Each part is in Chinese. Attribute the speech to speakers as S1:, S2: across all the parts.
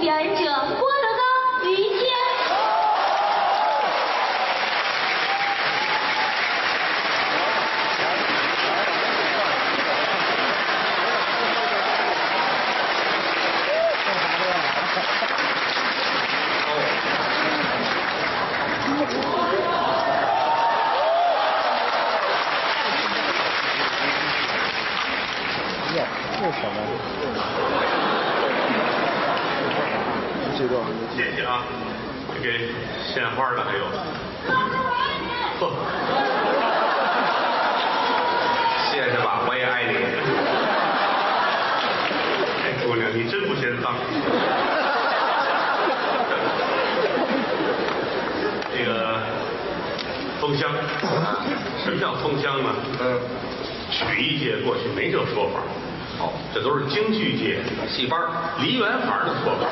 S1: 表演者郭德纲、于一天。
S2: 哟，这什么？这段我没记
S3: 谢谢啊，这给献花的还有，呵谢谢吧，我也爱你。哎，姑娘，你真不嫌脏。这个封箱，什么叫封箱呢？嗯，曲艺界过去没这说法。哦，这都是京剧界戏班儿梨园行的说法。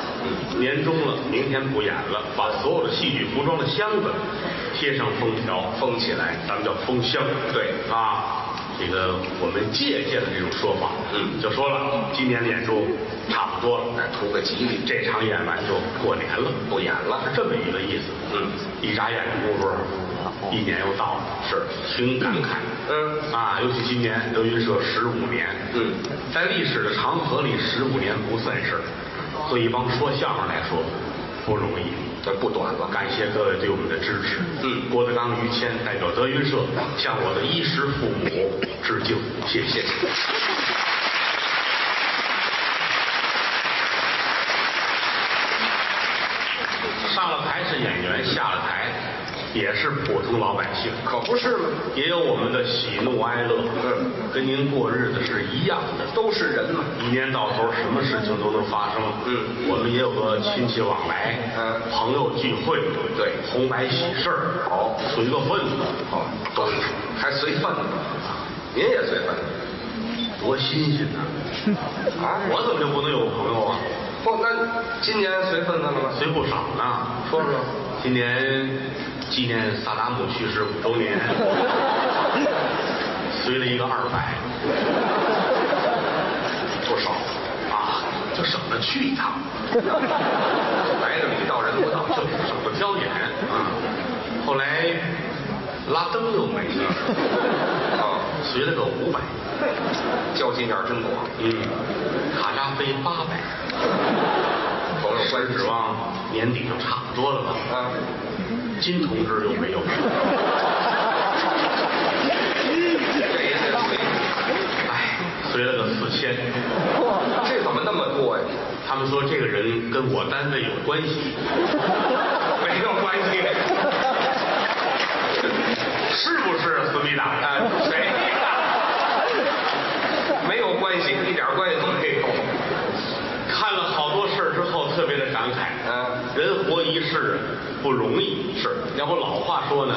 S3: 年终了，明天不演了，把所有的戏剧服装的箱子贴上封条，封起来，咱们叫封箱。对啊，这个我们借鉴了这种说法，嗯，就说了今年的演出差不多了，那图个吉利，这场演完就过年了，不演了，是这么一个意思。嗯，一眨眼的功夫，一年又到了，是挺感慨。嗯啊，尤其今年德云社十五年，嗯，在历史的长河里，十五年不算事儿，对一帮说相声来说不容易。这不短了，感谢各位对我们的支持。嗯，郭德纲、于谦代表德云社向我的衣食父母致敬，谢谢。上了台是演员，下了台也是普通老百姓，可不是吗？也有我们的喜怒哀乐，嗯，跟您过日子是一样的，都是人嘛。一年到头什么事情都能发生，嗯，我们也有个亲戚往来，嗯，朋友聚会，对，红白喜事儿，好，随个份子，好，都是还随份子，您也随份子。多新鲜 呐、啊！我怎么就不能有个朋友啊？不，那今年随份子了吗？随不少呢。说说，今年纪念萨达姆去世五周 年，随了一个二百，不少啊，就省得去一趟，来这么一道人不到，就省得挑眼啊。后来拉登又没了，啊，随了个五百。交际面真广。嗯，卡扎菲八百，朋友关指望年底就差不多了吧？啊，金同志又没有。哎，随了个四千，这怎么那么多呀？他们说这个人跟我单位有关系，啊没有关系，是不是？思密达，啊，谁？没有关系，一点关系都没有。看了好多事儿之后，特别的感慨。嗯，人活一世啊不容易，是。要不老话说呢，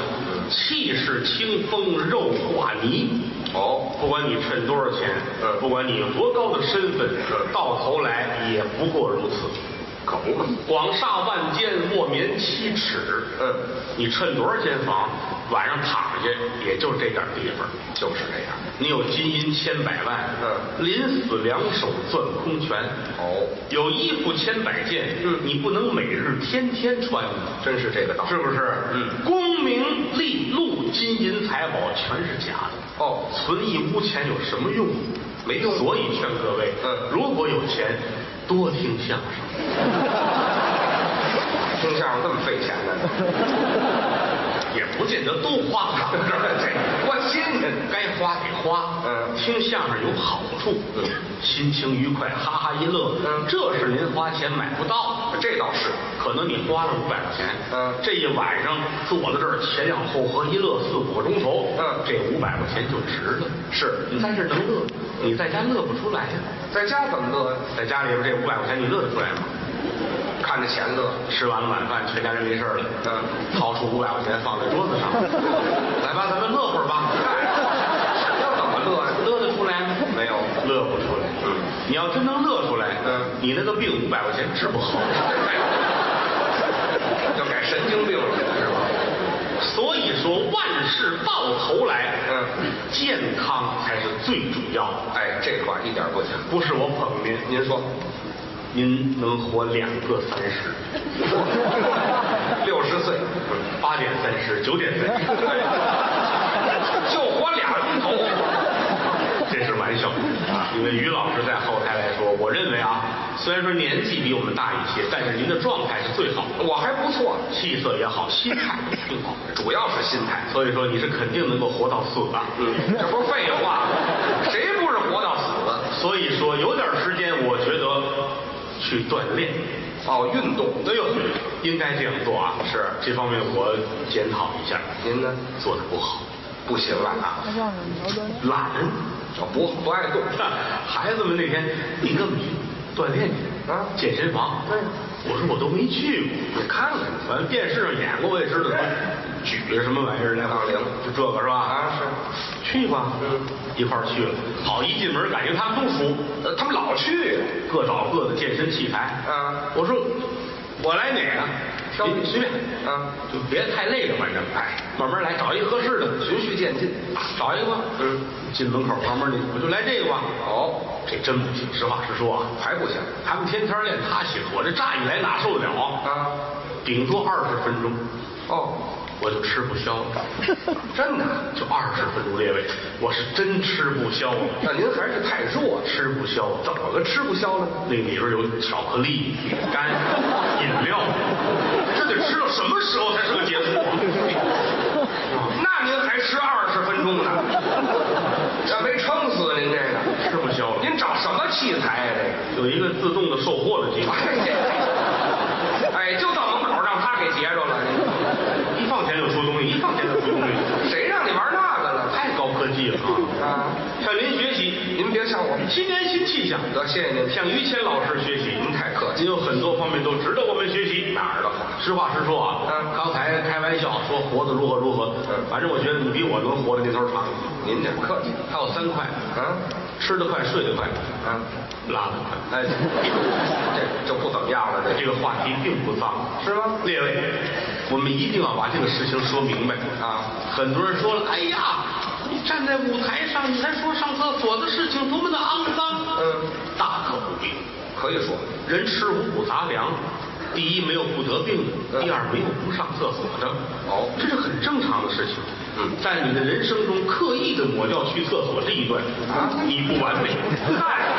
S3: 气是清风，肉化泥。哦，不管你趁多少钱，嗯，不管你有多高的身份，到头来也不过如此。可不嘛，广厦万间，卧眠七尺。嗯，你趁多少间房，晚上躺下也就这点地方，就是这样。你有金银千百万，嗯，临死两手攥空拳。哦，有衣服千百件，嗯，你不能每日天天穿，真是这个道理，是不是？嗯，功名利禄、金银财宝全是假的。哦，存一屋钱有什么用？没用。所以劝各位，嗯，如果有钱，多听相声。听相声这么费钱呢？也不见得都花吧，这关新鲜，该花得花。嗯，听相声有好处，嗯，心情愉快，哈哈一乐。嗯，这是您花钱买不到的，这倒是。可能你花了五百块钱，嗯，这一晚上坐在这儿前仰后合一乐四五个钟头，嗯，这五百块钱就值了。是，你在这儿能乐，你在家乐不出来呀、在家怎么乐呀？在家里边这五百块钱你乐得出来吗？看着钱乐，吃完了晚饭，全家人没事了，嗯，掏出五百块钱放在桌子 上，来吧，咱们乐会儿 吧。要怎么乐呀？乐得出来吗？没有，乐不出来。嗯，你要真能乐出来，嗯，你那个病五百块钱治不 好，就改神经病了，是吧？所以说，万事到头来，嗯，健康才是最主要的。哎，这话一点不假。不是我捧您，您说，您能活两个三 十，六十岁，八点三十，九点三十，就活俩钟头，这是玩笑啊！因为于老师在后台来说，我认为啊，虽然说年纪比我们大一些，但是您的状态是最好的，
S4: 我还不错，
S3: 气色也好，心态也挺好，
S4: 主要是心态。
S3: 所以说你是肯定能够活到四的。
S4: 嗯，这不是废话吗？谁不是活到死的？
S3: 所以说有点时间，我觉得去锻炼。
S4: 哦，运动。
S3: 哎呦，应该这样做啊！
S4: 是
S3: 这方面我检讨一下，
S4: 您呢？
S3: 做的不好，
S4: 不行了啊，
S3: 懒。
S4: 就不不爱动。
S3: 孩子们那天，你跟我们锻炼去
S4: 啊
S3: 健身房。
S4: 对
S3: 我说我都没去过，
S4: 你看看
S3: 反正电视上演过，我也知道。举着什么玩意儿来
S4: 杠铃
S3: 就这个是吧？
S4: 啊，
S3: 去吧，
S4: 嗯
S3: 一块儿去了。好，一进门感觉他们都熟，
S4: 是，呃他们老去
S3: 各找各的健身器材。
S4: 啊
S3: 我说我来哪个？
S4: 挑
S3: 您随便，
S4: 啊，
S3: 就别太累了，反正哎，慢慢来，找一合适的，
S4: 循序渐进。
S3: 找一个吧。
S4: 嗯，
S3: 进门口旁边那，我就来这个吧。
S4: 哦，
S3: 这真不行，实话实说啊，
S4: 还不行
S3: 他们天天练他行，我这乍一来哪受得了？
S4: 啊？
S3: 顶多二十分钟，
S4: 哦，
S3: 我就吃不消了，
S4: 真的？
S3: 就二十分钟列位，我是真吃不消啊了，
S4: 那您还是太弱，
S3: 吃不消了，怎么
S4: 我个吃不消呢。
S3: 那里边有巧克力、饼干、饮料，这得吃到什么时候才是个结束啊？
S4: 那您还吃二十分钟呢，这没撑死您这个。
S3: 吃不消了。
S4: 您找什么器材呀、
S3: 有一啊个自动的售货的机
S4: 这
S3: 器
S4: 个，哎，哎，就到门口让他给截着了，
S3: 一放钱就出东西，一放钱就出东西，
S4: 谁让你玩那个了？
S3: 太高科技了啊！
S4: 啊，
S3: 向您学习，
S4: 您别向我，
S3: 新年新气象。
S4: 得谢谢您，
S3: 向于谦老师学习，您
S4: 太客气
S3: 您有很多方面都值得我们学习。哪儿的话？实话实说啊，
S4: 嗯
S3: 刚才开玩笑说活得如何如何，
S4: 嗯
S3: 反正我觉得你比我能活的那头长。嗯
S4: 您这不客气。
S3: 还有三块，
S4: 啊
S3: 吃得快，睡得快，
S4: 啊，
S3: 拉得快。
S4: 哎，这就不怎么样了，这
S3: 这个话题并不脏，
S4: 是吗？
S3: 列位，我们一定要把这个事情说明白
S4: 啊！
S3: 很多人说了，哎呀，你站在舞台上，你还说上厕所的事情多么的肮脏，啊
S4: 嗯，
S3: 大可不必。
S4: 可以说，
S3: 人吃五谷杂粮，第一没有不得病的，
S4: 嗯
S3: 第二没有不上厕所的，
S4: 哦
S3: 这是很正常的事情。
S4: 嗯
S3: 在你的人生中刻意的抹掉去厕所这一段，
S4: 啊
S3: 你不完美。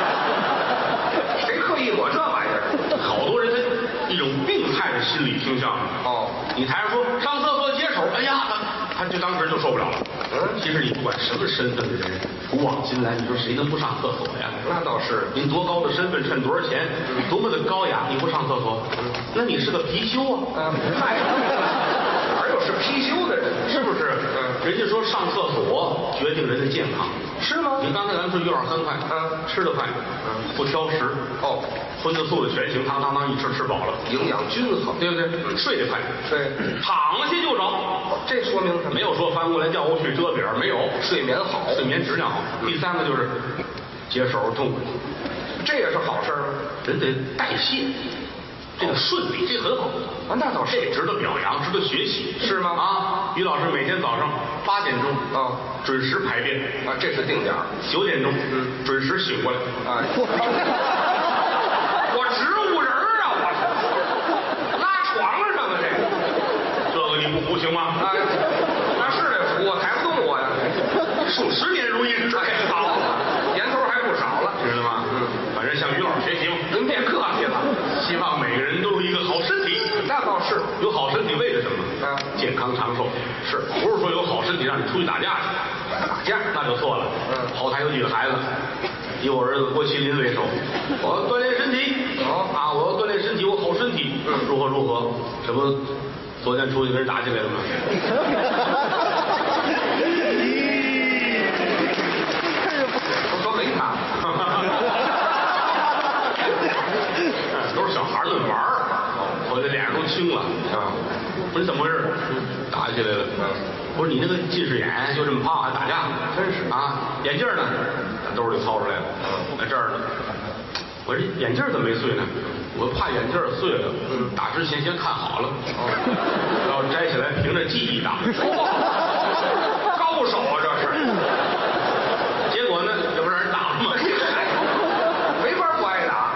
S4: 嗨，谁刻意我这玩意儿？
S3: 好多人他一种病态的心理倾向。
S4: 哦，
S3: 你台上说上厕所解手，哎呀，他他就当时就受不了了。
S4: 嗯
S3: 其实你不管什么身份的人，古往今来，你说谁能不上厕所呀？
S4: 那倒是，嗯
S3: 您多高的身份，趁多少钱，多么的高雅，你不上厕所，那你是个貔貅啊！
S4: 啊，嗨，哪有哎是貔貅的人？
S3: 是不是？
S4: 嗯
S3: 人家说上厕所决定人的健康。
S4: 是吗
S3: 你刚才咱们说一二三快，
S4: 嗯
S3: 吃得快，
S4: 嗯
S3: 不挑食，
S4: 哦，
S3: 荤的素的全行，当当当一吃吃饱了，
S4: 营养均衡，
S3: 对不对？睡得快，
S4: 对，
S3: 躺下就着，
S4: 这说明什么？
S3: 没有说翻过来掉过去遮饼儿，没有，
S4: 睡眠好，嗯
S3: 睡眠质量好。第三个就是解手痛快，
S4: 这也是好事儿吗哦
S3: 人得代谢，这个顺利，这很好。
S4: 啊，那倒
S3: 这
S4: 是
S3: 值得表扬，值得学习，
S4: 是吗
S3: 啊，于老师每天早上八点钟
S4: 啊
S3: 准时排便，
S4: 啊，这是定点儿
S3: 九点钟
S4: 嗯
S3: 准时醒过来。
S4: 啊。我植物人儿啊，我拉床上啊这个，
S3: 这个你不服行 吗？
S4: 啊，那是得扶我抬不动我呀，
S3: 数十年如一日，
S4: 哎，好，年头还不少了，
S3: 知道吗？
S4: 嗯，
S3: 反正向于老师学习嘛，
S4: 您别客气了，
S3: 希望每个人都有一个好身体。
S4: 那倒是，
S3: 有好身体为了什么？
S4: 啊
S3: 健康长寿是，不是说有好身体让你出去打架去？打架那就错了。
S4: 嗯
S3: 后台有几个孩子，以我儿子郭麒麟为首，我要锻炼身体。
S4: 哦
S3: 啊，我要锻炼身体，我好身体。
S4: 嗯
S3: 如何如何？这不，昨天出去跟人打起来了吗？
S4: 我说没他，
S3: 都是小孩儿们玩儿，回来脸上都青了啊！我说你怎么回事？打起来了。
S4: 啊
S3: 我说你那个近视眼就这么胖还打架？
S4: 真是啊
S3: 啊！眼镜儿呢？打兜里掏出来了，在这儿呢。我说眼镜儿怎么没碎呢？我怕眼镜儿碎了，
S4: 嗯
S3: 打之前先看好了，
S4: 哦
S3: 然后摘下来凭着记忆 打。
S4: 高手啊这是，
S3: 结果呢，这不让人打了吗？
S4: 没法不挨打，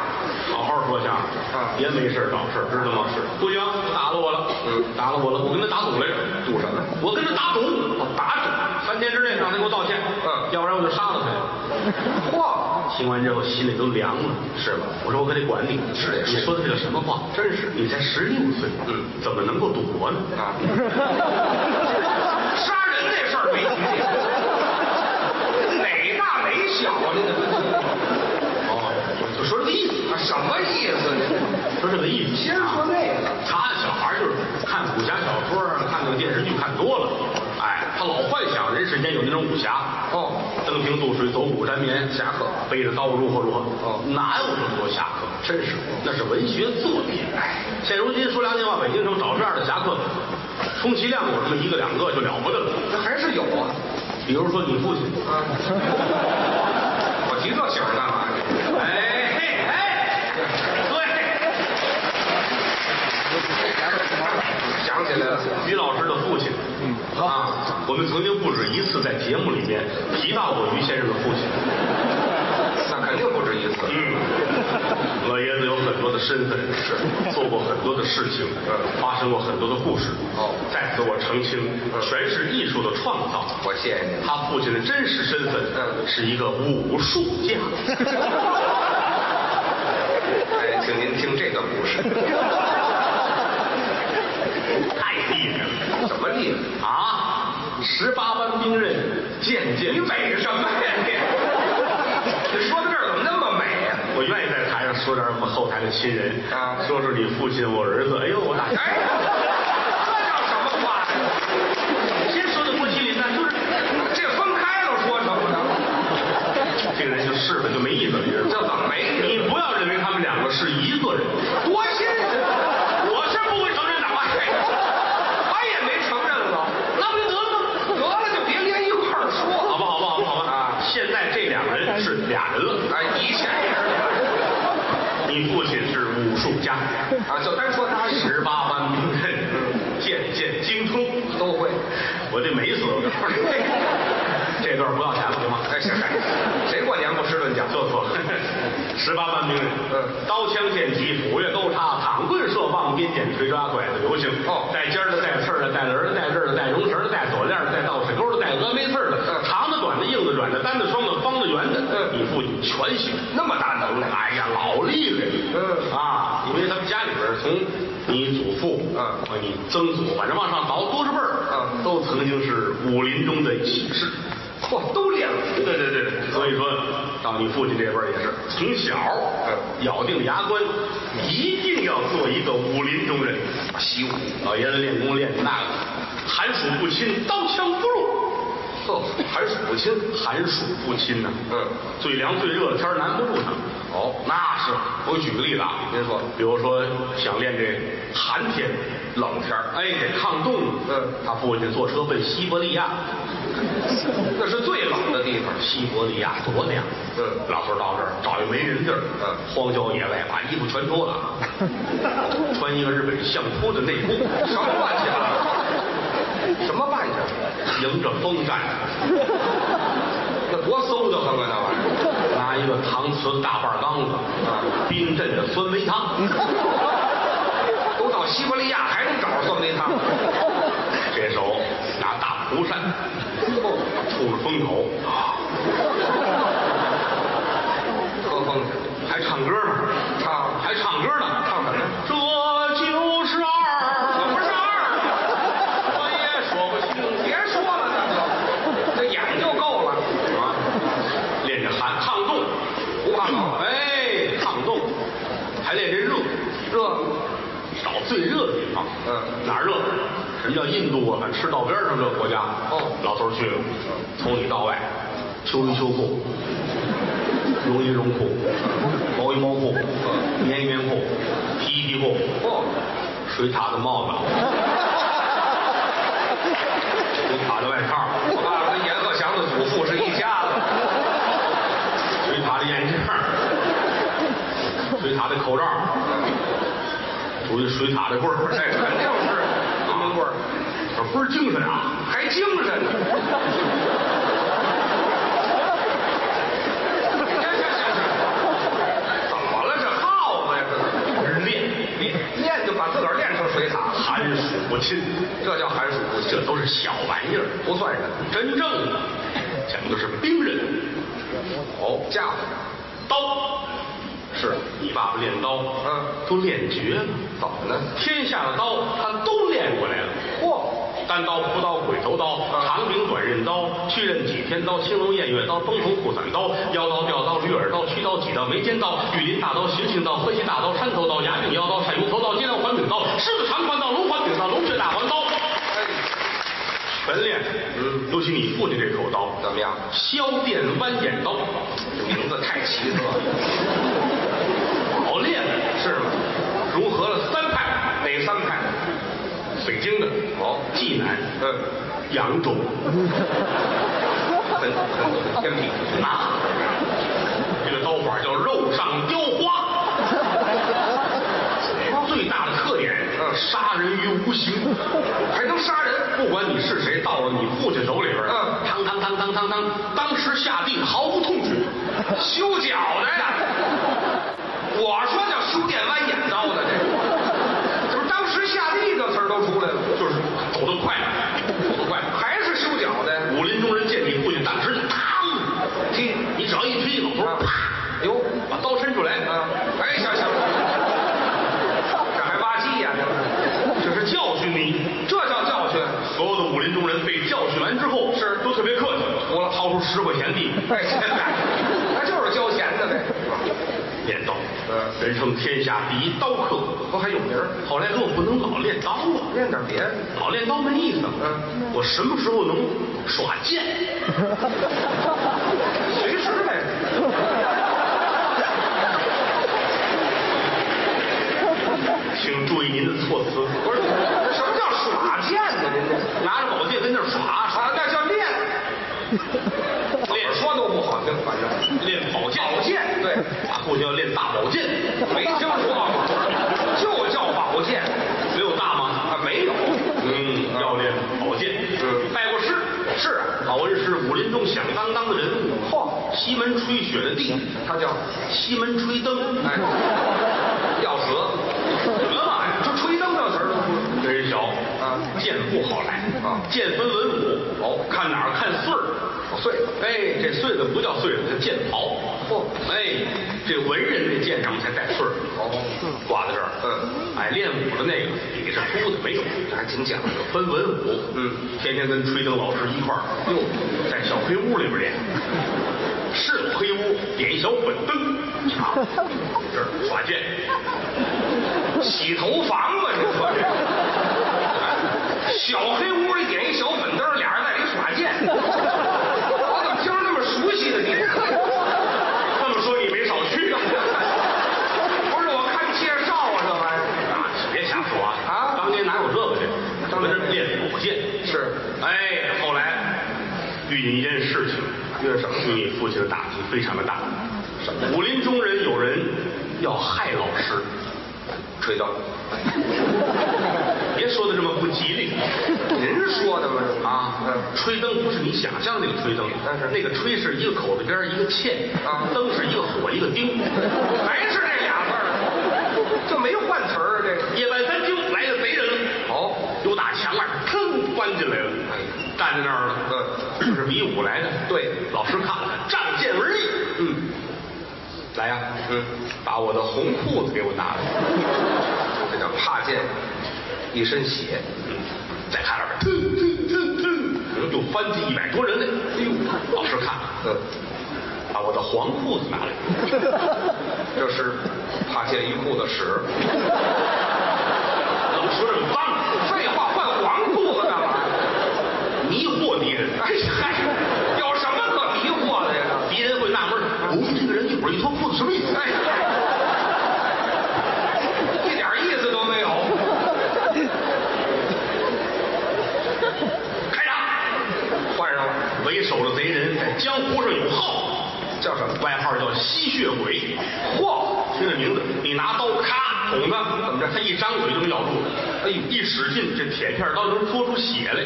S3: 好好说相
S4: 啊
S3: 别没事儿找事儿，知道吗？是不行，打了我了，嗯，打了我了，我跟他打赌来着，
S4: 赌什么呀
S3: 我跟他打赌，我打赌，三天之内让他给我道歉，
S4: 嗯
S3: 要不然我就杀了他。
S4: 嚯，
S3: 听完之后心里都凉了，
S4: 是吧
S3: 我说我可得管你，
S4: 是得
S3: 你
S4: 是
S3: 说的这叫什么话？
S4: 真是
S3: 你才十六岁，
S4: 嗯
S3: 怎么能够赌博呢？
S4: 啊！杀人这事儿没急性，哪大哪小啊？您这
S3: 哦，我就说这个意思，
S4: 啊什么意思呢？
S3: 说这个意思。
S4: 先说那个，
S3: 他的小孩就是看武侠小说啊，看那个电视剧看多了，哎，他老幻想人世间有那种武侠，
S4: 哦，
S3: 登平渡水，走虎山绵，侠客背着刀如何如何，
S4: 哦
S3: 哪有这么多侠客？真是，那是文学作品。哎，现如今说良心话，北京城找这样的侠客，充其量有这么一个两个就了不得了。
S4: 那还是有啊。
S3: 比如说你父亲，
S4: 啊，我提这醒儿干嘛呀？
S3: 哎嘿哎，对，
S4: 想起来了，
S3: 于老师的父亲。
S2: 嗯，
S3: 啊，我们曾经不止一次在节目里面提到过于先生的父亲。
S4: 那肯定不止一次。
S3: 嗯，老爷子有很多的身份，是做过很多的事情，呃
S4: 嗯
S3: 发生过很多的故事。
S4: 哦嗯
S3: 在此我澄清，全是艺术的创造。
S4: 我谢谢您。
S3: 他父亲的真实身份，
S4: 嗯
S3: 是一个武术家。
S4: 哎，请您听这个故事，
S3: 太厉害了
S4: 什么例子？
S3: 啊！十八般兵刃，剑剑
S4: 你美什么呀你？你说到这儿怎么那么美呀、
S3: 我愿意在台上说点我后台的亲人
S4: 啊
S3: 说说你父亲，我儿子。哎呦，我 大
S4: 哎，这叫什么话呀？
S3: 先说的不吉林，那就是
S4: 这分开了说什么呢？
S3: 这个人就试了，就没意思了，你知道吗
S4: 这怎么没意思
S3: 你不要认为他们两个是一个人，
S4: 多新鲜！
S3: 我是不会承认的。
S4: 他也没承认了，
S3: 那不就得了吗？
S4: 得了就别连一块儿说，
S3: 好吧，好吧，好吧，好吧。
S4: 啊
S3: 现在这两个人是俩人了。
S4: 哎，以前也是
S3: 你父亲是武术家，
S4: 啊，就单说他
S3: 十
S4: 是
S3: 八般兵刃， 剑剑精通，
S4: 都会。
S3: 我得美死我告诉你这段不要钱了，行吗？
S4: 哎，行，哎谁过年不吃顿饺子？
S3: 就错了，十八般兵刃，
S4: 嗯
S3: 刀枪剑戟斧钺钩叉躺棍射棒鞭锏锤抓拐子流星，
S4: 哦
S3: 带尖儿的带刺儿的带轮儿的带刃儿的带绒绳儿的带锁链儿的带倒水钩儿的带峨眉刺儿的，
S4: 嗯
S3: 长的短的硬的软的单的双的方的圆的，
S4: 嗯
S3: 你父亲全行，
S4: 那么大能耐，
S3: 哎呀，老厉害了，
S4: 嗯
S3: 啊，因为咱们家里边儿从你祖父，
S4: 嗯
S3: 啊你曾祖，反正往上倒多少辈儿，
S4: 嗯
S3: 都曾经是武林中的义士。
S4: 嚯，都练了。
S3: 对对对，对，所以说到你父亲这辈儿也是从小
S4: 嗯
S3: 咬定牙关，一定要做一个武林中人。啊
S4: 习武，
S3: 老爷子练功练那个，寒暑不侵，刀枪不入。
S4: 呵，
S3: 哦寒暑不侵，寒暑不侵呐、
S4: 嗯，
S3: 最凉最热的天儿难不住他。
S4: 哦
S3: 那是。我举个例子啊，
S4: 您说
S3: 比如说想练这寒天、冷天儿，哎，得抗冻。
S4: 嗯
S3: 他父亲坐车奔西伯利亚，
S4: 那是最冷的地方。
S3: 西伯利亚多凉。
S4: 嗯
S3: 老头儿到这儿找一没人地儿，
S4: 嗯
S3: 荒郊野外把衣服全脱 了，啊穿一个日本相扑的内裤，
S4: 什么扮相？什么扮相？
S3: 迎着风站着，
S4: 那多馊得慌啊！那玩意儿
S3: 拿一个搪瓷大半缸子，
S4: 啊
S3: 冰镇的酸梅汤，
S4: 嗯都到西伯利亚还能找着酸梅汤？
S3: 这手拿大蒲扇冲着风口，
S4: 喝风去
S3: 还唱歌呢，
S4: 啊！
S3: 还唱歌呢，
S4: 唱什么呀？
S3: 这就是二，
S4: 不是二，
S3: 我也说不清
S4: 别说了，那就这演就够了，
S3: 啊，练这寒抗冻，
S4: 不怕冷。
S3: 哎，抗冻，还练这热。
S4: 热，
S3: 找最热的地方。
S4: 嗯
S3: 哪儿热？什么叫印度啊？反正赤道边上这个国家。
S4: 哦
S3: 老头儿去了，从里到外，秋衣秋裤，绒衣绒裤，毛衣毛裤，棉衣棉裤，皮衣皮裤，
S4: 嗯哦，
S3: 水獭的帽子，水獭的外套，
S4: 我爸爸跟阎鹤祥的祖父是一家子。
S3: 水獭的眼镜儿，水獭的口罩，属于水獭的棍 儿，
S4: 哎，肯定是
S3: 啊
S4: 金门棍儿，
S3: 倍儿精神啊！
S4: 还精神呢。行行行行，怎么了？这耗子呀？
S3: 这是练，心，
S4: 这叫寒暑不
S3: 这都是小玩意儿，
S4: 不算什么。
S3: 真正的讲的是兵刃，
S4: 哦，架子
S3: 刀。是你爸爸练刀，
S4: 嗯
S3: 都练绝了。
S4: 怎么呢？
S3: 天下的刀他都练过来了，
S4: 嚯，
S3: 单刀、朴刀、鬼头刀、
S4: 嗯
S3: 长柄短刃刀、巨刃戟天刀、青龙偃月刀、崩头护伞刀、腰刀、吊刀、驴耳刀、曲刀、戟刀、眉尖刀、玉林大刀、行进刀、河西大刀、山头刀、牙柄腰刀、鳝鱼头刀、金刀环柄刀、狮子长环刀、龙环柄刀、龙血大环刀，
S4: 哎，
S3: 全练。
S4: 嗯
S3: 尤其你父亲这口刀，
S4: 怎么样？
S3: 削电弯眼刀，
S4: 这名字太奇特了，
S3: 好练
S4: 是吗？
S3: 融合了三派，
S4: 哪三派？
S3: 北京的哦，济南，
S4: 嗯，
S3: 扬州
S4: 很很偏僻。
S3: 啊，这个刀法叫肉上雕花，最大的特点，
S4: 嗯
S3: 杀人于无形，
S4: 还能杀人
S3: 不管你是谁，到了你父亲手里边，
S4: 嗯
S3: 当当当当当当，当时下地毫不痛痒，
S4: 修脚的呀！我说叫修电弯眼刀呢，这怎么当时下地这词儿都出来了？
S3: 就是走得快，走得快。
S4: 还是修脚的？
S3: 武林中人见你父亲，当时就当，
S4: 踢
S3: 你只要一推老头儿，啪，
S4: 啊哟，
S3: 把刀伸出来，
S4: 啊，哎，行行，这还挖机呀、
S3: 这是教训你。
S4: 这叫教训。
S3: 所有的武林中人被教训完之后，
S4: 是
S3: 都特别客气，除了掏出十块钱币，
S4: 哎，那就是交钱的呗。
S3: 练刀，
S4: 嗯
S3: 人称天下第一刀客。
S4: 不还有名儿？
S3: 后来说我不能老练刀啊，
S4: 练点别的，
S3: 老练刀没意思。
S4: 嗯，
S3: 我什么时候能耍剑？
S4: 随时呗。
S3: 请注意您的措辞，
S4: 不是，什么叫耍剑呢？您这
S3: 拿着宝剑跟那儿耍耍
S4: 啊，那叫练。
S3: 练
S4: 说都不好听，反正
S3: 练宝剑，
S4: 宝剑对，
S3: 大父亲要练大宝剑，
S4: 没听说过，就叫宝剑
S3: 没有大吗？
S4: 啊，没有。
S3: 嗯，要练宝剑。
S4: 啊嗯
S3: 拜过师，
S4: 是啊，
S3: 老文是武林中响当当的人物。
S4: 嚯，
S3: 西门吹雪的弟，
S4: 他叫
S3: 西门吹灯，
S4: 哎，药蛇，
S3: 什么玩意
S4: 就吹灯这词儿都出来。
S3: 儿？人小，
S4: 啊
S3: 剑不好来
S4: 啊
S3: 剑分文武，哦，看哪儿看穗儿，
S4: 我碎了。
S3: 哎，这穗子不叫穗子，叫剑袍。
S4: 嚯
S3: 哎，这文人这剑上面才带穗儿，
S4: 哦，
S3: 挂在这儿。
S4: 嗯，
S3: 哎，练武的那个也是秃的，没有，
S4: 这还挺讲究。
S3: 分文武。
S4: 嗯，
S3: 天天跟吹灯老师一块儿，
S4: 哟
S3: 在小黑屋里边 练，是个黑屋，点一小粉灯， 啊，这儿耍剑，
S4: 洗头房吧，你说这？小黑屋里点一小粉灯，俩人在里耍剑，我怎么听着那么熟悉的地方？
S3: 这么说你没少去啊。
S4: 不是，我看介绍啊，这玩意
S3: 啊，别瞎说啊！
S4: 啊
S3: 当年哪有这个去？当年是练宝剑。
S4: 儿是
S3: 哎，后来遇见一件事情，
S4: 遇见什么
S3: 对你父亲的打击非常的大。武林中人有人要害老师，
S4: 吹灯，
S3: 别说的这么不吉 利
S4: 您说的吗？
S3: 啊！
S4: 嗯
S3: 吹灯不是你想象的那个吹灯，
S4: 但是
S3: 那个吹是一个口字边儿一个欠
S4: 啊
S3: 灯是一个火一个丁，
S4: 还是这俩字儿，这没换词儿啊，这个
S3: 夜半三更来个贼人了，
S4: 哦，
S3: 又打墙外腾钻进来了，站在那儿了，
S4: 嗯
S3: 是比武来 的，
S4: 对
S3: 老师看了，仗剑而立，嗯，来呀、
S4: 嗯，
S3: 把我的红裤子给我拿来，
S4: 这叫怕见一身血，
S3: 嗯，再看那边，腾腾腾腾，又翻起一百多人来，哎呦，老师看了，
S4: 嗯，
S3: 把我的黄裤子拿 来，
S4: 这是怕见一裤子屎。
S3: 老师这么脏，
S4: 废话，换黄裤子干嘛呀？
S3: 迷惑敌人，
S4: 哎呀，嗨，有什么可迷惑的呀？
S3: 敌人会纳闷儿，哦，这个人一会儿一脱裤子什么意思？
S4: 哎，一点意思都没有。
S3: 开打！
S4: 换上了，
S3: 为首的贼人在江湖上有号，
S4: 叫什么？
S3: 外号叫吸血鬼。
S4: 嚯，
S3: 听这名字，你拿刀咔捅他，
S4: 怎么着
S3: 他一张嘴就能咬住。
S4: 哎呦
S3: 一使劲，这铁片刀能嘬出血来。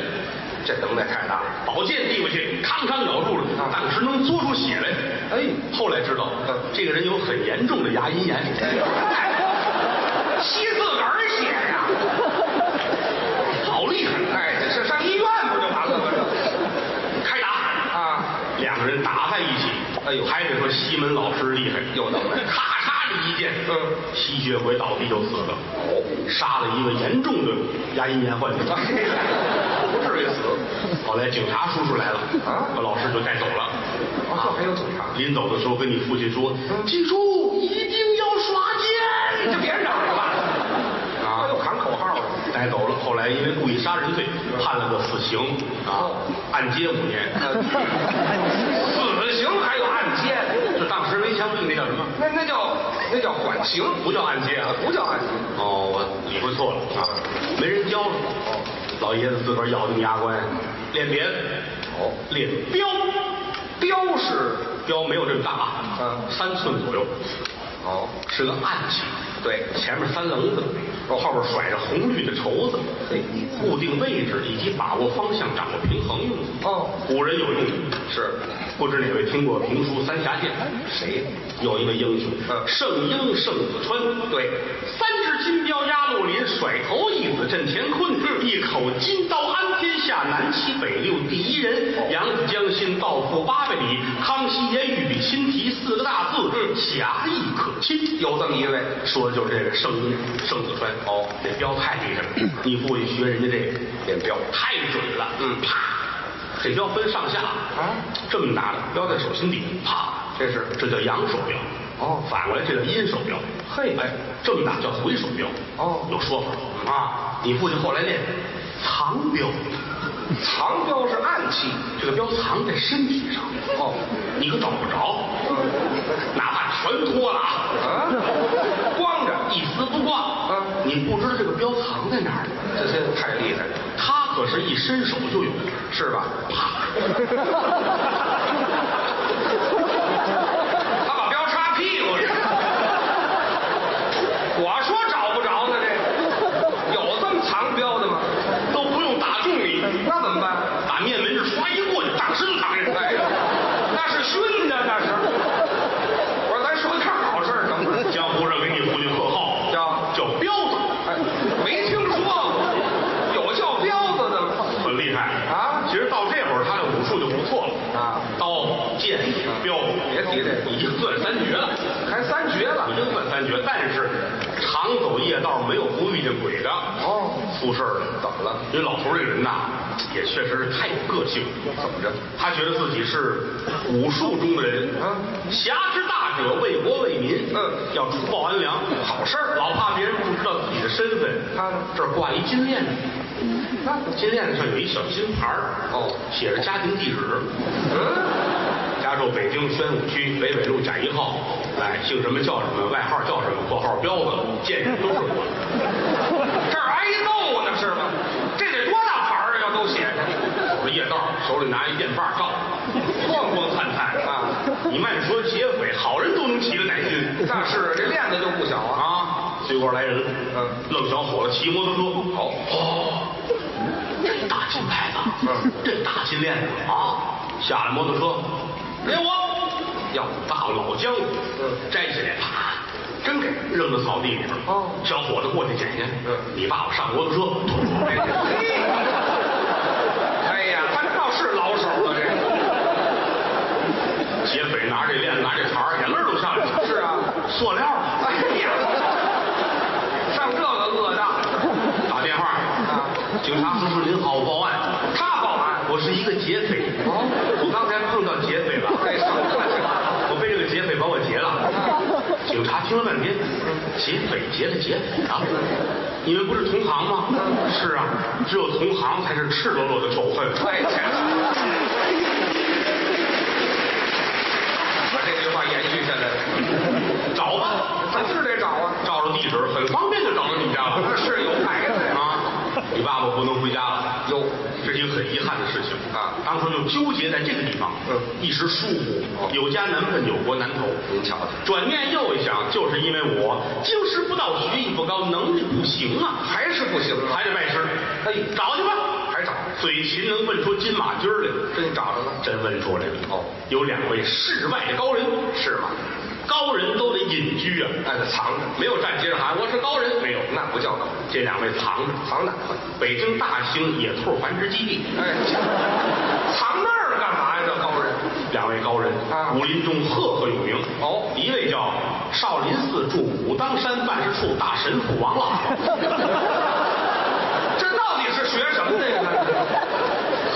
S4: 这能耐太大了。啊
S3: 宝剑递过去，康康咬住了，当时能嘬出血来。
S4: 哎
S3: 后来知道
S4: 嗯，哎
S3: 这个人有很严重的牙龈炎。
S4: 嗨，吸自个儿血呀！
S3: 好
S4: 远，哎，这上医院不就完了吗？
S3: 开打
S4: 啊！
S3: 两个人打在一起，
S4: 哎呦
S3: 还得说西门老师厉害，
S4: 有能耐
S3: 咔嚓的一剑，
S4: 嗯
S3: 吸血鬼倒地就死了，哦，杀了一个严重的牙龈炎 患者，
S4: 不至于死
S3: 后来警察叔叔来了，
S4: 啊
S3: 把老师就带走了。
S4: 啊！还有警察，
S3: 临走的时候跟你父亲说，记住一定要耍
S4: 你
S3: 剑，
S4: 就别嚷了吧！啊，
S3: 哎
S4: 又喊口号了。
S3: 带走了。嗯后来因为故意杀人罪判了个死刑啊，按揭五年。
S4: 死刑还有按揭，
S3: 就当时没枪毙那叫什么？
S4: 那那叫那叫缓刑，
S3: 不叫按揭啊，
S4: 不叫按揭。
S3: 哦，我理会错了啊，没人教了。老爷子自个儿咬定牙关，练别的，哦，练镖，
S4: 镖是
S3: 镖没有这么大啊，
S4: 嗯
S3: 三寸左右，
S4: 哦，
S3: 是个暗器，
S4: 对
S3: 前面三棱子，后边甩着红绿的绸子，
S4: 嘿
S3: 固定位置以及把握方向、掌握平衡用的。
S4: 哦
S3: 古人有用的，
S4: 是
S3: 不知哪位听过评书《三峡剑》？
S4: 谁？
S3: 有一个英雄，
S4: 嗯
S3: 圣英圣子川，
S4: 对，
S3: 三只金镖压陆林，甩头一子震乾坤，
S4: 嗯
S3: 一口金刀安天下，南七北六第一
S4: 哦
S3: 人，扬子江心，道破八百里，康熙爷御笔亲题四个大字，侠义可亲。
S4: 嗯有这么一位，
S3: 说的就是这个圣英圣子川哦，这镖太厉 害了，你父亲学人家这个练镖太准了，
S4: 嗯
S3: 啪，这镖分上下
S4: 啊，
S3: 这么大的镖在手心底，啪，
S4: 这是
S3: 这叫阳手镖。
S4: 哦
S3: 反过来这叫阴手镖。
S4: 嘿
S3: 哎，这么打叫回手镖。
S4: 哦
S3: 有说法啊。你父亲后来练藏 镖，
S4: 藏镖是暗器。
S3: 这个镖藏在身体上，
S4: 哦，嗯
S3: 你可找不着，哪怕全脱了啊，
S4: 啊，光着
S3: 一丝不挂，
S4: 嗯
S3: 你不知道这个镖藏在哪儿。
S4: 这些太厉害了，
S3: 他可是一伸手就有，
S4: 是吧？他把镖插屁股了。我说找不着呢，这有这么藏镖的吗？
S3: 都不用打中你，
S4: 那怎么办？
S3: 打面门这唰一过去，当时就藏进去了。
S4: 哎呀，那是熏的，那是。我说咱说点好事儿行不行？
S3: 江湖上给你父亲贺号
S4: 叫
S3: 叫彪子，
S4: 哎，没听说过，有叫彪子的吗？
S3: 很厉害
S4: 啊
S3: 其实到这会儿，他的武术就不错了
S4: 啊
S3: 刀、剑、镖，
S4: 别提这个
S3: 已经算三绝了，
S4: 还三绝
S3: 已
S4: 了。
S3: 经算三绝。但是常走夜道，没有不遇见鬼的。
S4: 哦，
S3: 出事儿了，
S4: 怎么了？
S3: 因为老头儿这人呐，也确实是太有个性了。
S4: 怎么着？
S3: 他觉得自己是武术中的人，
S4: 嗯
S3: 侠之大者，为国为民，
S4: 嗯
S3: 要除暴安良，好事儿，老怕别人不知道自己的身份。
S4: 他呢
S3: 这儿挂一金链子，
S4: 那
S3: 金链子上有一小金牌儿
S4: 哦
S3: 写着家庭地址，
S4: 嗯，
S3: 家住北京宣武区北纬路甲一号，哎，姓什么叫什么，外号叫什么，括号彪子，见人都是我。
S4: 这儿挨揍呢是吗？这得多大牌儿啊？要都写着。
S3: 走着夜道，手里拿一电棒照，光光灿灿
S4: 啊！
S3: 你慢说劫匪，好人都能骑着耐心。
S4: 那是这链子就不小啊。
S3: 啊，随过来人，
S4: 嗯
S3: 愣小伙子骑摩托车，好，哦，这大金牌子，
S4: 嗯，
S3: 这大金链子啊，下了摩托车，给我，要大老江湖，
S4: 嗯
S3: 摘起来，啪，真给扔到草地里边，
S4: 哦
S3: 小伙子过去捡去，
S4: 嗯
S3: 你爸爸上摩托车，突突摘去
S4: 哎呀，他倒是老手了，啊这
S3: 劫匪拿着这链子，拿这茬儿，眼泪儿都下来了，
S4: 是啊。
S3: 塑料的，
S4: 哎呀，上这个恶当，
S3: 打电话，
S4: 啊
S3: 警察叔叔您好，我报案，
S4: 他报案。
S3: 我是一个劫匪，
S4: 哦，
S3: 我刚才碰到劫匪了。
S4: 哎这什么这？
S3: 我被这个劫匪把我劫了。
S4: 啊
S3: 警察听了半天，劫匪劫了劫匪啊！你们不是同行吗？
S4: 嗯
S3: 是啊，只有同行才是赤裸裸的仇恨。
S4: 哎，这把这句话延续下来了，
S3: 找吧，
S4: 咱是得找啊。
S3: 照着地址很方便就找到你家了。
S4: 是有牌子呀
S3: 啊！ 你爸爸不能回家了，
S4: 有
S3: 这是一个很遗憾的事情
S4: 啊
S3: 当初就纠结在这个地方，
S4: 嗯
S3: 一时疏忽
S4: 哦，
S3: 有家难奔，有国难投。
S4: 您瞧瞧，
S3: 转念又一想，就是因为我经师不到，学艺不高，能力不行啊，
S4: 还是不行啊，
S3: 还得拜师。
S4: 哎
S3: 找去吧，
S4: 还找
S3: 嘴勤能问出金马驹儿来，
S4: 真找着了。
S3: 真问出来了。
S4: 哦，
S3: 有两位世外高人，是吗？高人都得隐居啊，
S4: 哎，藏着，
S3: 没有站街上喊我是高人，没有。
S4: 那不叫高，
S3: 这两位藏着，
S4: 藏哪儿？
S3: 北京大兴野兔繁殖基地，
S4: 哎，藏那儿干嘛呀？这高人，
S3: 两位高人
S4: 啊
S3: 武林中赫赫有名。
S4: 哦
S3: 一位叫少林寺驻武当山办事处大神父王老，
S4: 这到底是学什么的呀？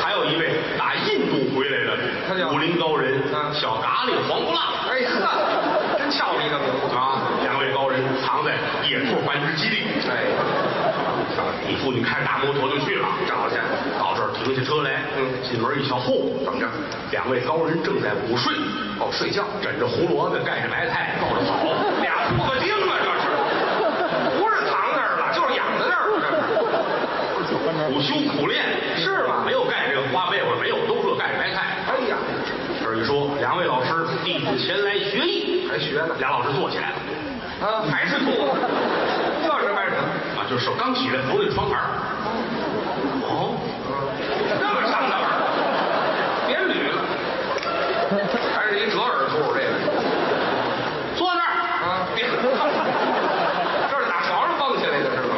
S3: 还有一位打印度回来的，
S4: 他叫
S3: 武林高人，
S4: 啊
S3: 小嘎喱黄不辣。
S4: 哎呵，真俏皮个名字啊！
S3: 啊，两位高人藏在野兔繁殖基地。啊
S4: 哎，
S3: 你父亲开着大摩托就去了，
S4: 找去
S3: 到这儿停下车来，
S4: 嗯
S3: 进门一瞧，嚯，怎么着？两位高人正在午睡，
S4: 哦，睡觉，
S3: 枕着胡萝卜，盖着白菜，抱着草，
S4: 俩
S3: 俩
S4: 兔子精啊，这是，不是藏那儿了，就是养在那儿了，
S3: 苦修苦练，
S4: 是吗
S3: 没有盖这个花被窝，没有，都是盖着白菜。
S4: 这是。哎呀，
S3: 这儿一说，两位老师弟子前来学艺，
S4: 还学呢
S3: 俩老师坐起来了，
S4: 啊，还是兔子，这是干什么？
S3: 啊，就是手刚起来扶那窗台儿哦。
S4: 那么上道儿，别捋了。还是一折耳兔，这个
S3: 坐那儿。
S4: 啊，别，这是打床上蹦下来的是吗？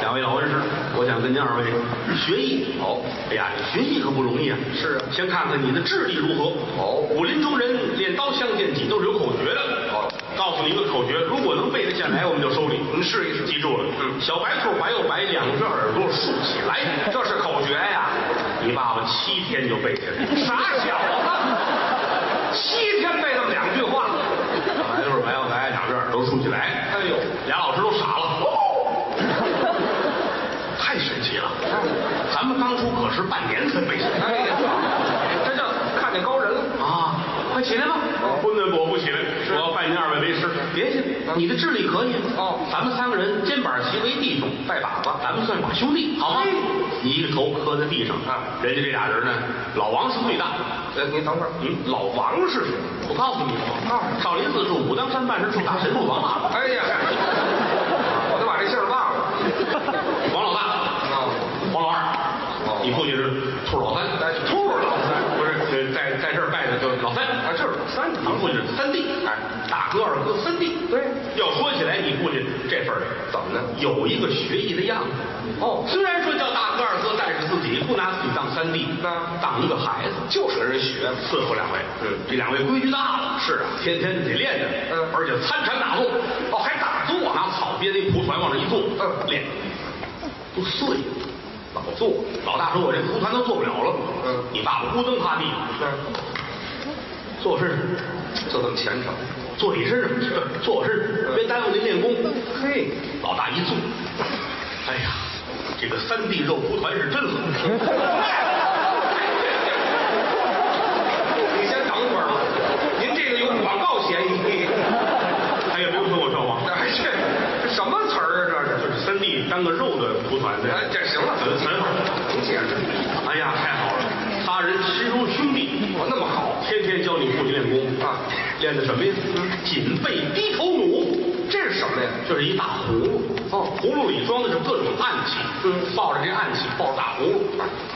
S3: 两位老恩师，我想跟您二位学艺。
S4: 哦，
S3: 哎呀，学艺可不容易啊。
S4: 是啊
S3: 先看看你的智力如何。
S4: 哦
S3: 武林中人练刀相剑戟都是有口诀的。
S4: 哦，
S3: 告诉你一个口诀，如果能背得下来，我们就收你。
S4: 您试一试
S3: 记住了。
S4: 嗯
S3: 小白兔白又白，两只耳朵竖起来，
S4: 这是口诀呀、
S3: 你爸爸七天就背下来了。
S4: 傻小子，七天背那么两句话，
S3: 小白兔白又白，两只耳朵竖起来。
S4: 哎呦哦
S3: 俩老师都傻了。太神奇了！咱们当初可是半年才背下来。
S4: 哎呀，这叫看见高人了。
S3: 啊，快起来吧！不能，我不起来，我要拜您二位为师。别去，你的智力可以。
S4: 哦
S3: 咱们三个人肩膀齐为弟兄，拜把子，咱们算把兄弟，好吗
S4: 哎？
S3: 你一个头磕在地上
S4: 啊
S3: 人家这俩人呢，老王是最大。
S4: 呃，您等会儿，
S3: 嗯，老王是谁？我告诉你，我告诉你，少林寺驻武当山办事处大神父王老大，
S4: 哎呀，我都把这信儿忘了。
S3: 王老大，
S4: 哦，
S3: 王老
S4: 哦
S3: 二，你父亲是兔老三，
S4: 哎兔老三
S3: 不是呃在在这儿拜的就老三
S4: 啊，这是老三
S3: 咱父亲是三弟，哎，大哥、二哥、三弟。
S4: 对
S3: 要说起来，你父亲这份儿
S4: 怎么呢？
S3: 有一个学艺的样子。
S4: 哦
S3: 虽然说叫大哥、二哥，但是自己不拿自己当三弟，
S4: 那
S3: 当一个孩子，
S4: 就是跟人学嘛。
S3: 伺候两位。
S4: 嗯
S3: 这两位规矩大了。是啊，天天得练着。
S4: 嗯
S3: 而且参禅打坐。哦，还打坐，拿草编那蒲团往那一坐，
S4: 嗯
S3: 练，都碎了。老坐，老大说：“我这蒲团都坐不了了。”
S4: 嗯
S3: 你爸爸咕噔趴地，
S4: 嗯。
S3: 坐身上，
S4: 就这么虔诚。
S3: 坐你身上， 坐我身上，别耽误您练功。
S4: 嗯嘿，
S3: 老大一坐，哎呀，这个三地肉蒲团是真 好吃。
S4: 你先等会儿吧，您这个有广告嫌疑。
S3: 他也不用跟我说谎，
S4: 哎，这这什么词儿啊？这
S3: 就是是三地当个肉的蒲团
S4: 这是？哎，
S3: 的。
S4: 这行了，
S3: 很很好。
S4: 您解释，
S3: 哎呀，太好了，仨人师如兄弟，
S4: 我那么好，
S3: 天天教你父亲练功
S4: 啊
S3: 练的什么呀？锦背低头弩。
S4: 这是什么呀？
S3: 这是一大葫芦，
S4: 哦
S3: 葫芦里装的是各种暗器，
S4: 嗯
S3: 抱着这暗器，抱着大葫芦，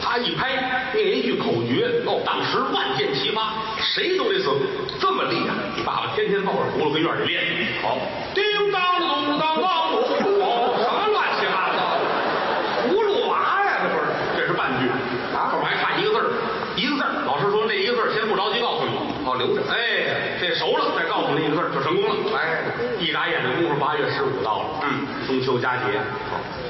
S3: 他一拍，念一句口诀，哦，当时万箭齐发，谁都得死，这么厉害！你爸爸天天抱着葫芦跟院里练，好，叮当咚当当咚，
S4: 哦，什么乱七八糟？葫芦娃呀，这不是？
S3: 这是半句，
S4: 啊
S3: 后面还差一个字儿，一个字儿，老师说那一个字儿先不着急告诉你，
S4: 哦，留着。
S3: 哎，这熟了再告诉你一个字儿就成功了，
S4: 哎，
S3: 一眨眼的功夫，八月十五到了，
S4: 嗯，
S3: 中秋佳节，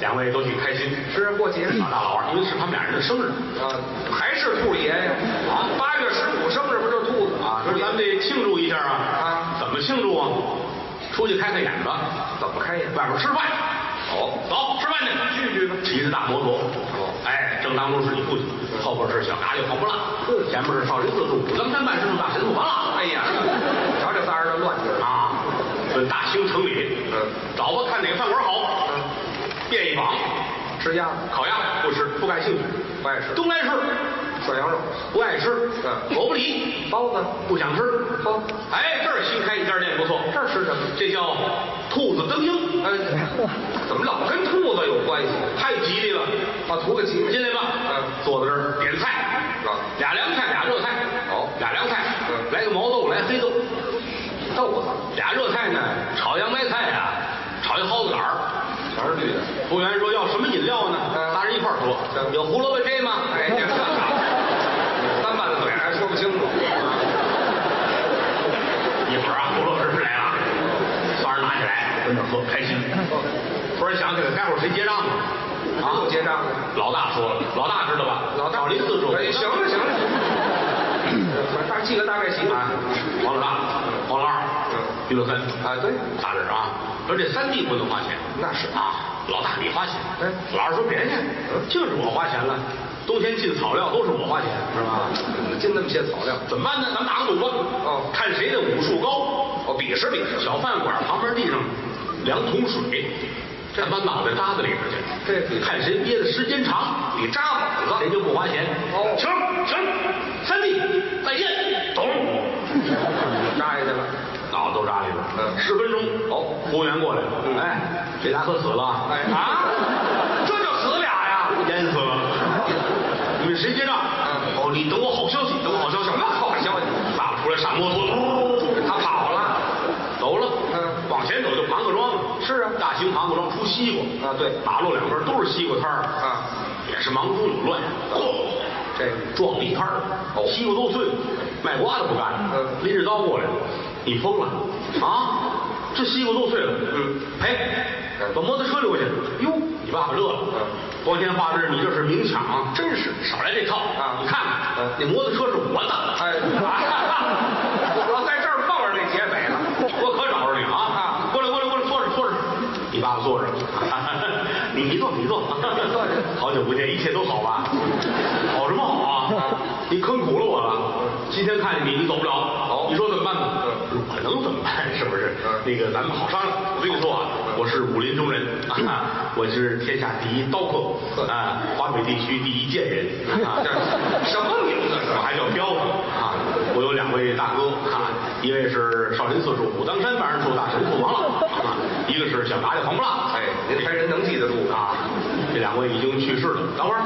S3: 两位都挺开心。
S4: 是过节
S3: 老大老二，因为是他们俩人的生日
S4: 啊，还是兔爷呀？
S3: 啊
S4: 八月十五生日不就是兔子
S3: 啊，说咱们得庆祝一下啊
S4: 啊
S3: 怎么庆祝啊？出去开开眼吧，
S4: 怎么开眼？
S3: 外边吃饭，
S4: 哦，
S3: 走吃饭去，聚聚吧。骑着大摩托，
S4: 哦
S3: 哎，正当中是你父亲，后边是小嘎喱黄不辣，
S4: 嗯
S3: 前面是少林寺住武当山办事处大神父王老
S4: 哎呀，瞧这仨人的乱劲儿！
S3: 啊，奔大兴城里，
S4: 嗯，
S3: 找吧，看哪个饭馆好，
S4: 嗯，
S3: 变一榜，
S4: 啊吃鸭子
S3: 烤鸭不吃，不感兴趣，
S4: 不爱吃，
S3: 东来顺
S4: 涮羊肉、
S3: 不爱吃，
S4: 嗯
S3: 狗不理，
S4: 包子，
S3: 不想吃。
S4: 好，
S3: 哎，这儿新开一家店不错，
S4: 这儿吃什么？
S3: 这叫兔子登鹰，
S4: 哎，怎么老跟兔子有关系？
S3: 太吉利了。
S4: 啊，图个吉
S3: 进来吧，
S4: 嗯
S3: 坐在这儿点菜
S4: 啊，
S3: 俩凉菜，俩热菜，
S4: 好
S3: 俩凉菜，
S4: 嗯
S3: 来个毛豆，来黑豆，
S4: 豆子，
S3: 俩啊
S4: 全是绿的。
S3: 服务员说要什么饮料呢？
S4: 嗯
S3: 仨人一块儿说，
S4: 行
S3: 有胡萝卜汁吗？
S4: 哎，这 三瓣子嘴还说不清楚。
S3: 一会儿啊，胡萝卜汁来了，仨人拿起来跟那儿喝，开心。突然想起来，待会儿谁结账啊？啊
S4: 谁不结账啊
S3: 老大说了，老大知道吧？
S4: 老大
S3: 少林寺说
S4: 哎，行了行了，反正记个大概行
S3: 啊
S4: 啊。，
S3: 王老大，王老二，于老三
S4: 啊，对，
S3: 仨人啊，说这三弟不能花钱
S4: 那是
S3: 啊，老大你花钱，
S4: 嗯
S3: 老二说别去，就是我花钱了，冬天进草料都是我花 钱，
S4: 是吧？进那么些草料，
S3: 怎么办呢？咱们打个赌吧，
S4: 哦
S3: 看谁的武术高。
S4: 哦，比试比试，
S3: 小饭馆旁边地上两桶水，咱把脑袋扎在里边去，
S4: 这比
S3: 看谁憋的时间长，
S4: 比扎膀
S3: 谁
S4: 子，
S3: 就不花钱。
S4: 哦
S3: 请请，三弟再见，懂。
S4: 扎下去了。
S3: 脑子都扎里边，
S4: 嗯
S3: 十分钟，哦，服务员过来了，
S4: 嗯
S3: 哎，这俩可死了啊，
S4: 哎
S3: 啊，这就死俩呀，淹死了，你们谁结账？
S4: 嗯
S3: 哦，你等我好消息，等我好消息，
S4: 什么好消息？
S3: 爸爸出来上摩托，
S4: 他跑了
S3: 走了，
S4: 嗯
S3: 往前走就庞各庄了，是啊，大兴庞各庄出西瓜
S4: 啊对
S3: 马路两边都是西瓜摊儿，
S4: 啊，
S3: 也是忙中有乱，嚯，
S4: 这个
S3: 撞了一摊儿，西瓜都碎了，卖瓜的不干了，
S4: 哦嗯
S3: 拎着刀过来了，你疯了啊？这西瓜都碎了，嗯，赔，把摩托车留下，哟，你爸爸乐了，
S4: 嗯
S3: 光天化日，你这是明抢，真是少来这套
S4: 啊
S3: 你看看，
S4: 嗯
S3: 那摩托车是我的，
S4: 哎 我在这儿碰上那结尾了。
S3: 我可找着你啊！
S4: 啊
S3: 过来，过来，过来，坐着，坐着。你爸爸坐着， 你你坐，你坐，
S4: 坐着
S3: 好久不见，一切都好吧？好什么好啊？你坑苦了我了。今天看见你，你走不了。你说怎么办呢？我能怎么办？是不是？
S4: 嗯
S3: 那个咱们好商量。我跟你说啊，我是武林中人，啊， 我是天下第一刀客，啊，华北地区第一剑人， 啊，
S4: 这什么名字是
S3: 我
S4: 吧？
S3: 还叫彪子啊！我有两位大哥啊，一位是少林寺主武当山办事处大神父王老啊，一个是小达家黄不拉。
S4: 哎，您还人能记得住
S3: 啊，
S4: 啊？
S3: 这两位已经去世了。等会儿，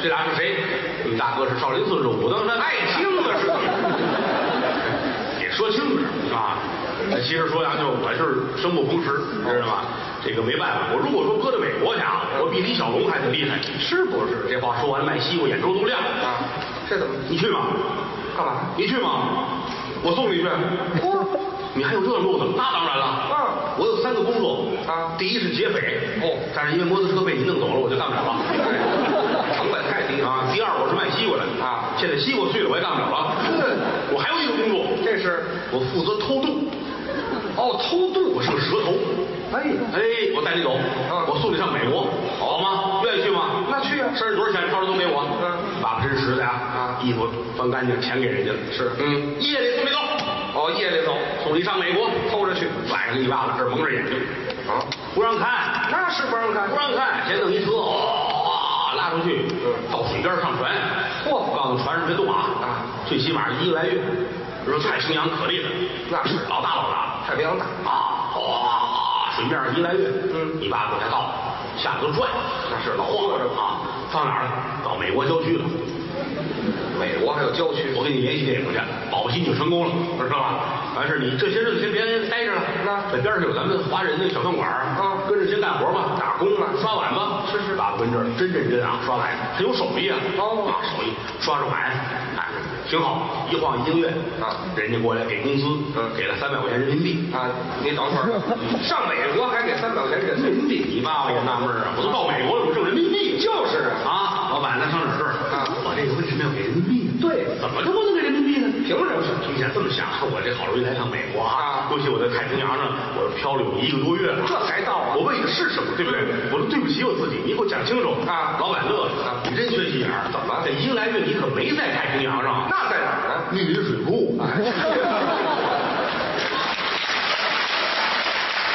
S3: 这俩是谁？你们大哥是少林寺主武当山，
S4: 爱听啊是
S3: 也说清楚点啊。其实说两句，我是生不逢时，知道吗？这个没办法，我如果说搁到美国去啊，我比李小龙还得厉害，是不是？这话说完，卖西瓜眼珠都亮了。
S4: 啊，这怎么
S3: 你去吗？
S4: 干嘛？
S3: 你去吗？我送你去。你还有这路子？那当然了。
S4: 嗯
S3: 我有三个工作
S4: 啊
S3: 第一是劫匪，
S4: 哦
S3: 但是因为摩托车被你弄走了，我就干不了了。
S4: 哎，成本太低
S3: 啊，
S4: 啊！
S3: 第二我是卖西瓜的
S4: 啊
S3: 现在西瓜碎了，我也干不了 了。我还有一个工作，
S4: 这是
S3: 我负责偷渡。
S4: 哦，偷渡
S3: 我
S4: 是
S3: 是个蛇头。
S4: 哎，
S3: 哎，我带你走，
S4: 嗯
S3: 我送你上美国，好吗？愿意去吗？
S4: 那去啊
S3: 身上多少钱？掏出都给我。
S4: 嗯
S3: 爸爸真实在啊
S4: 啊，
S3: 衣服翻干净，钱给人家了。
S4: 是
S3: 嗯，夜里送你走，
S4: 哦，夜里走
S3: 送你上美国，
S4: 偷着去
S3: 晚上你爸爸这儿蒙着眼睛，
S4: 啊？
S3: 不让看，
S4: 那是不让看
S3: 不。让看，先弄一车，哇、拉出去，
S4: 嗯
S3: 到水边上船，嚯、告诉船上别动啊，
S4: 啊
S3: 最起码一个来月，说太平洋可厉害，
S4: 那是
S3: 老大老大，
S4: 太平洋大，
S3: 啊，哗，水面上一来月，
S4: 嗯
S3: 你爸给他到，下头转，
S4: 那是
S3: 老晃着啊，到哪儿了？到美国郊区了。
S4: 美国还有郊区
S3: 我，给你联系那个去，保不齐你就成功了，知道吧？完事儿你这些日子先别待着了，
S4: 那
S3: 在边上有咱们华人的小饭馆儿
S4: 啊
S3: 跟着先干活吧，打工啊，刷碗吧，是是，爸爸跟这儿真认真啊，刷碗，他有手艺啊，
S4: 哦
S3: 啊，手艺刷刷碗，哎，挺好，一晃一个月
S4: 啊
S3: 人家过来给工资，
S4: 嗯
S3: 给了三百块钱人民币，
S4: 啊，你等会儿，上美国还给三百块钱人民币，
S3: 你爸爸也纳闷儿啊，我都到美国了，我挣人民币
S4: 就是啊，
S3: 啊，老板，那上哪儿这儿？
S4: 啊
S3: 我这个为什么要给人民币呢？
S4: 对
S3: 怎么就不能给人民币呢？
S4: 凭什么？
S3: 听见这么想，我这好容易来趟美国啊
S4: 啊，
S3: 估计我在太平洋上我漂流一个多月了，
S4: 这才到啊嗯
S3: 我为的是什么，对不对？我都对不起我自己，你给我讲清楚
S4: 啊
S3: 老板乐了
S4: 啊，
S3: 你真缺心眼儿，怎么了？这一个来月你可没在太平洋上，
S4: 那在哪儿呢？啊
S3: 密林水库，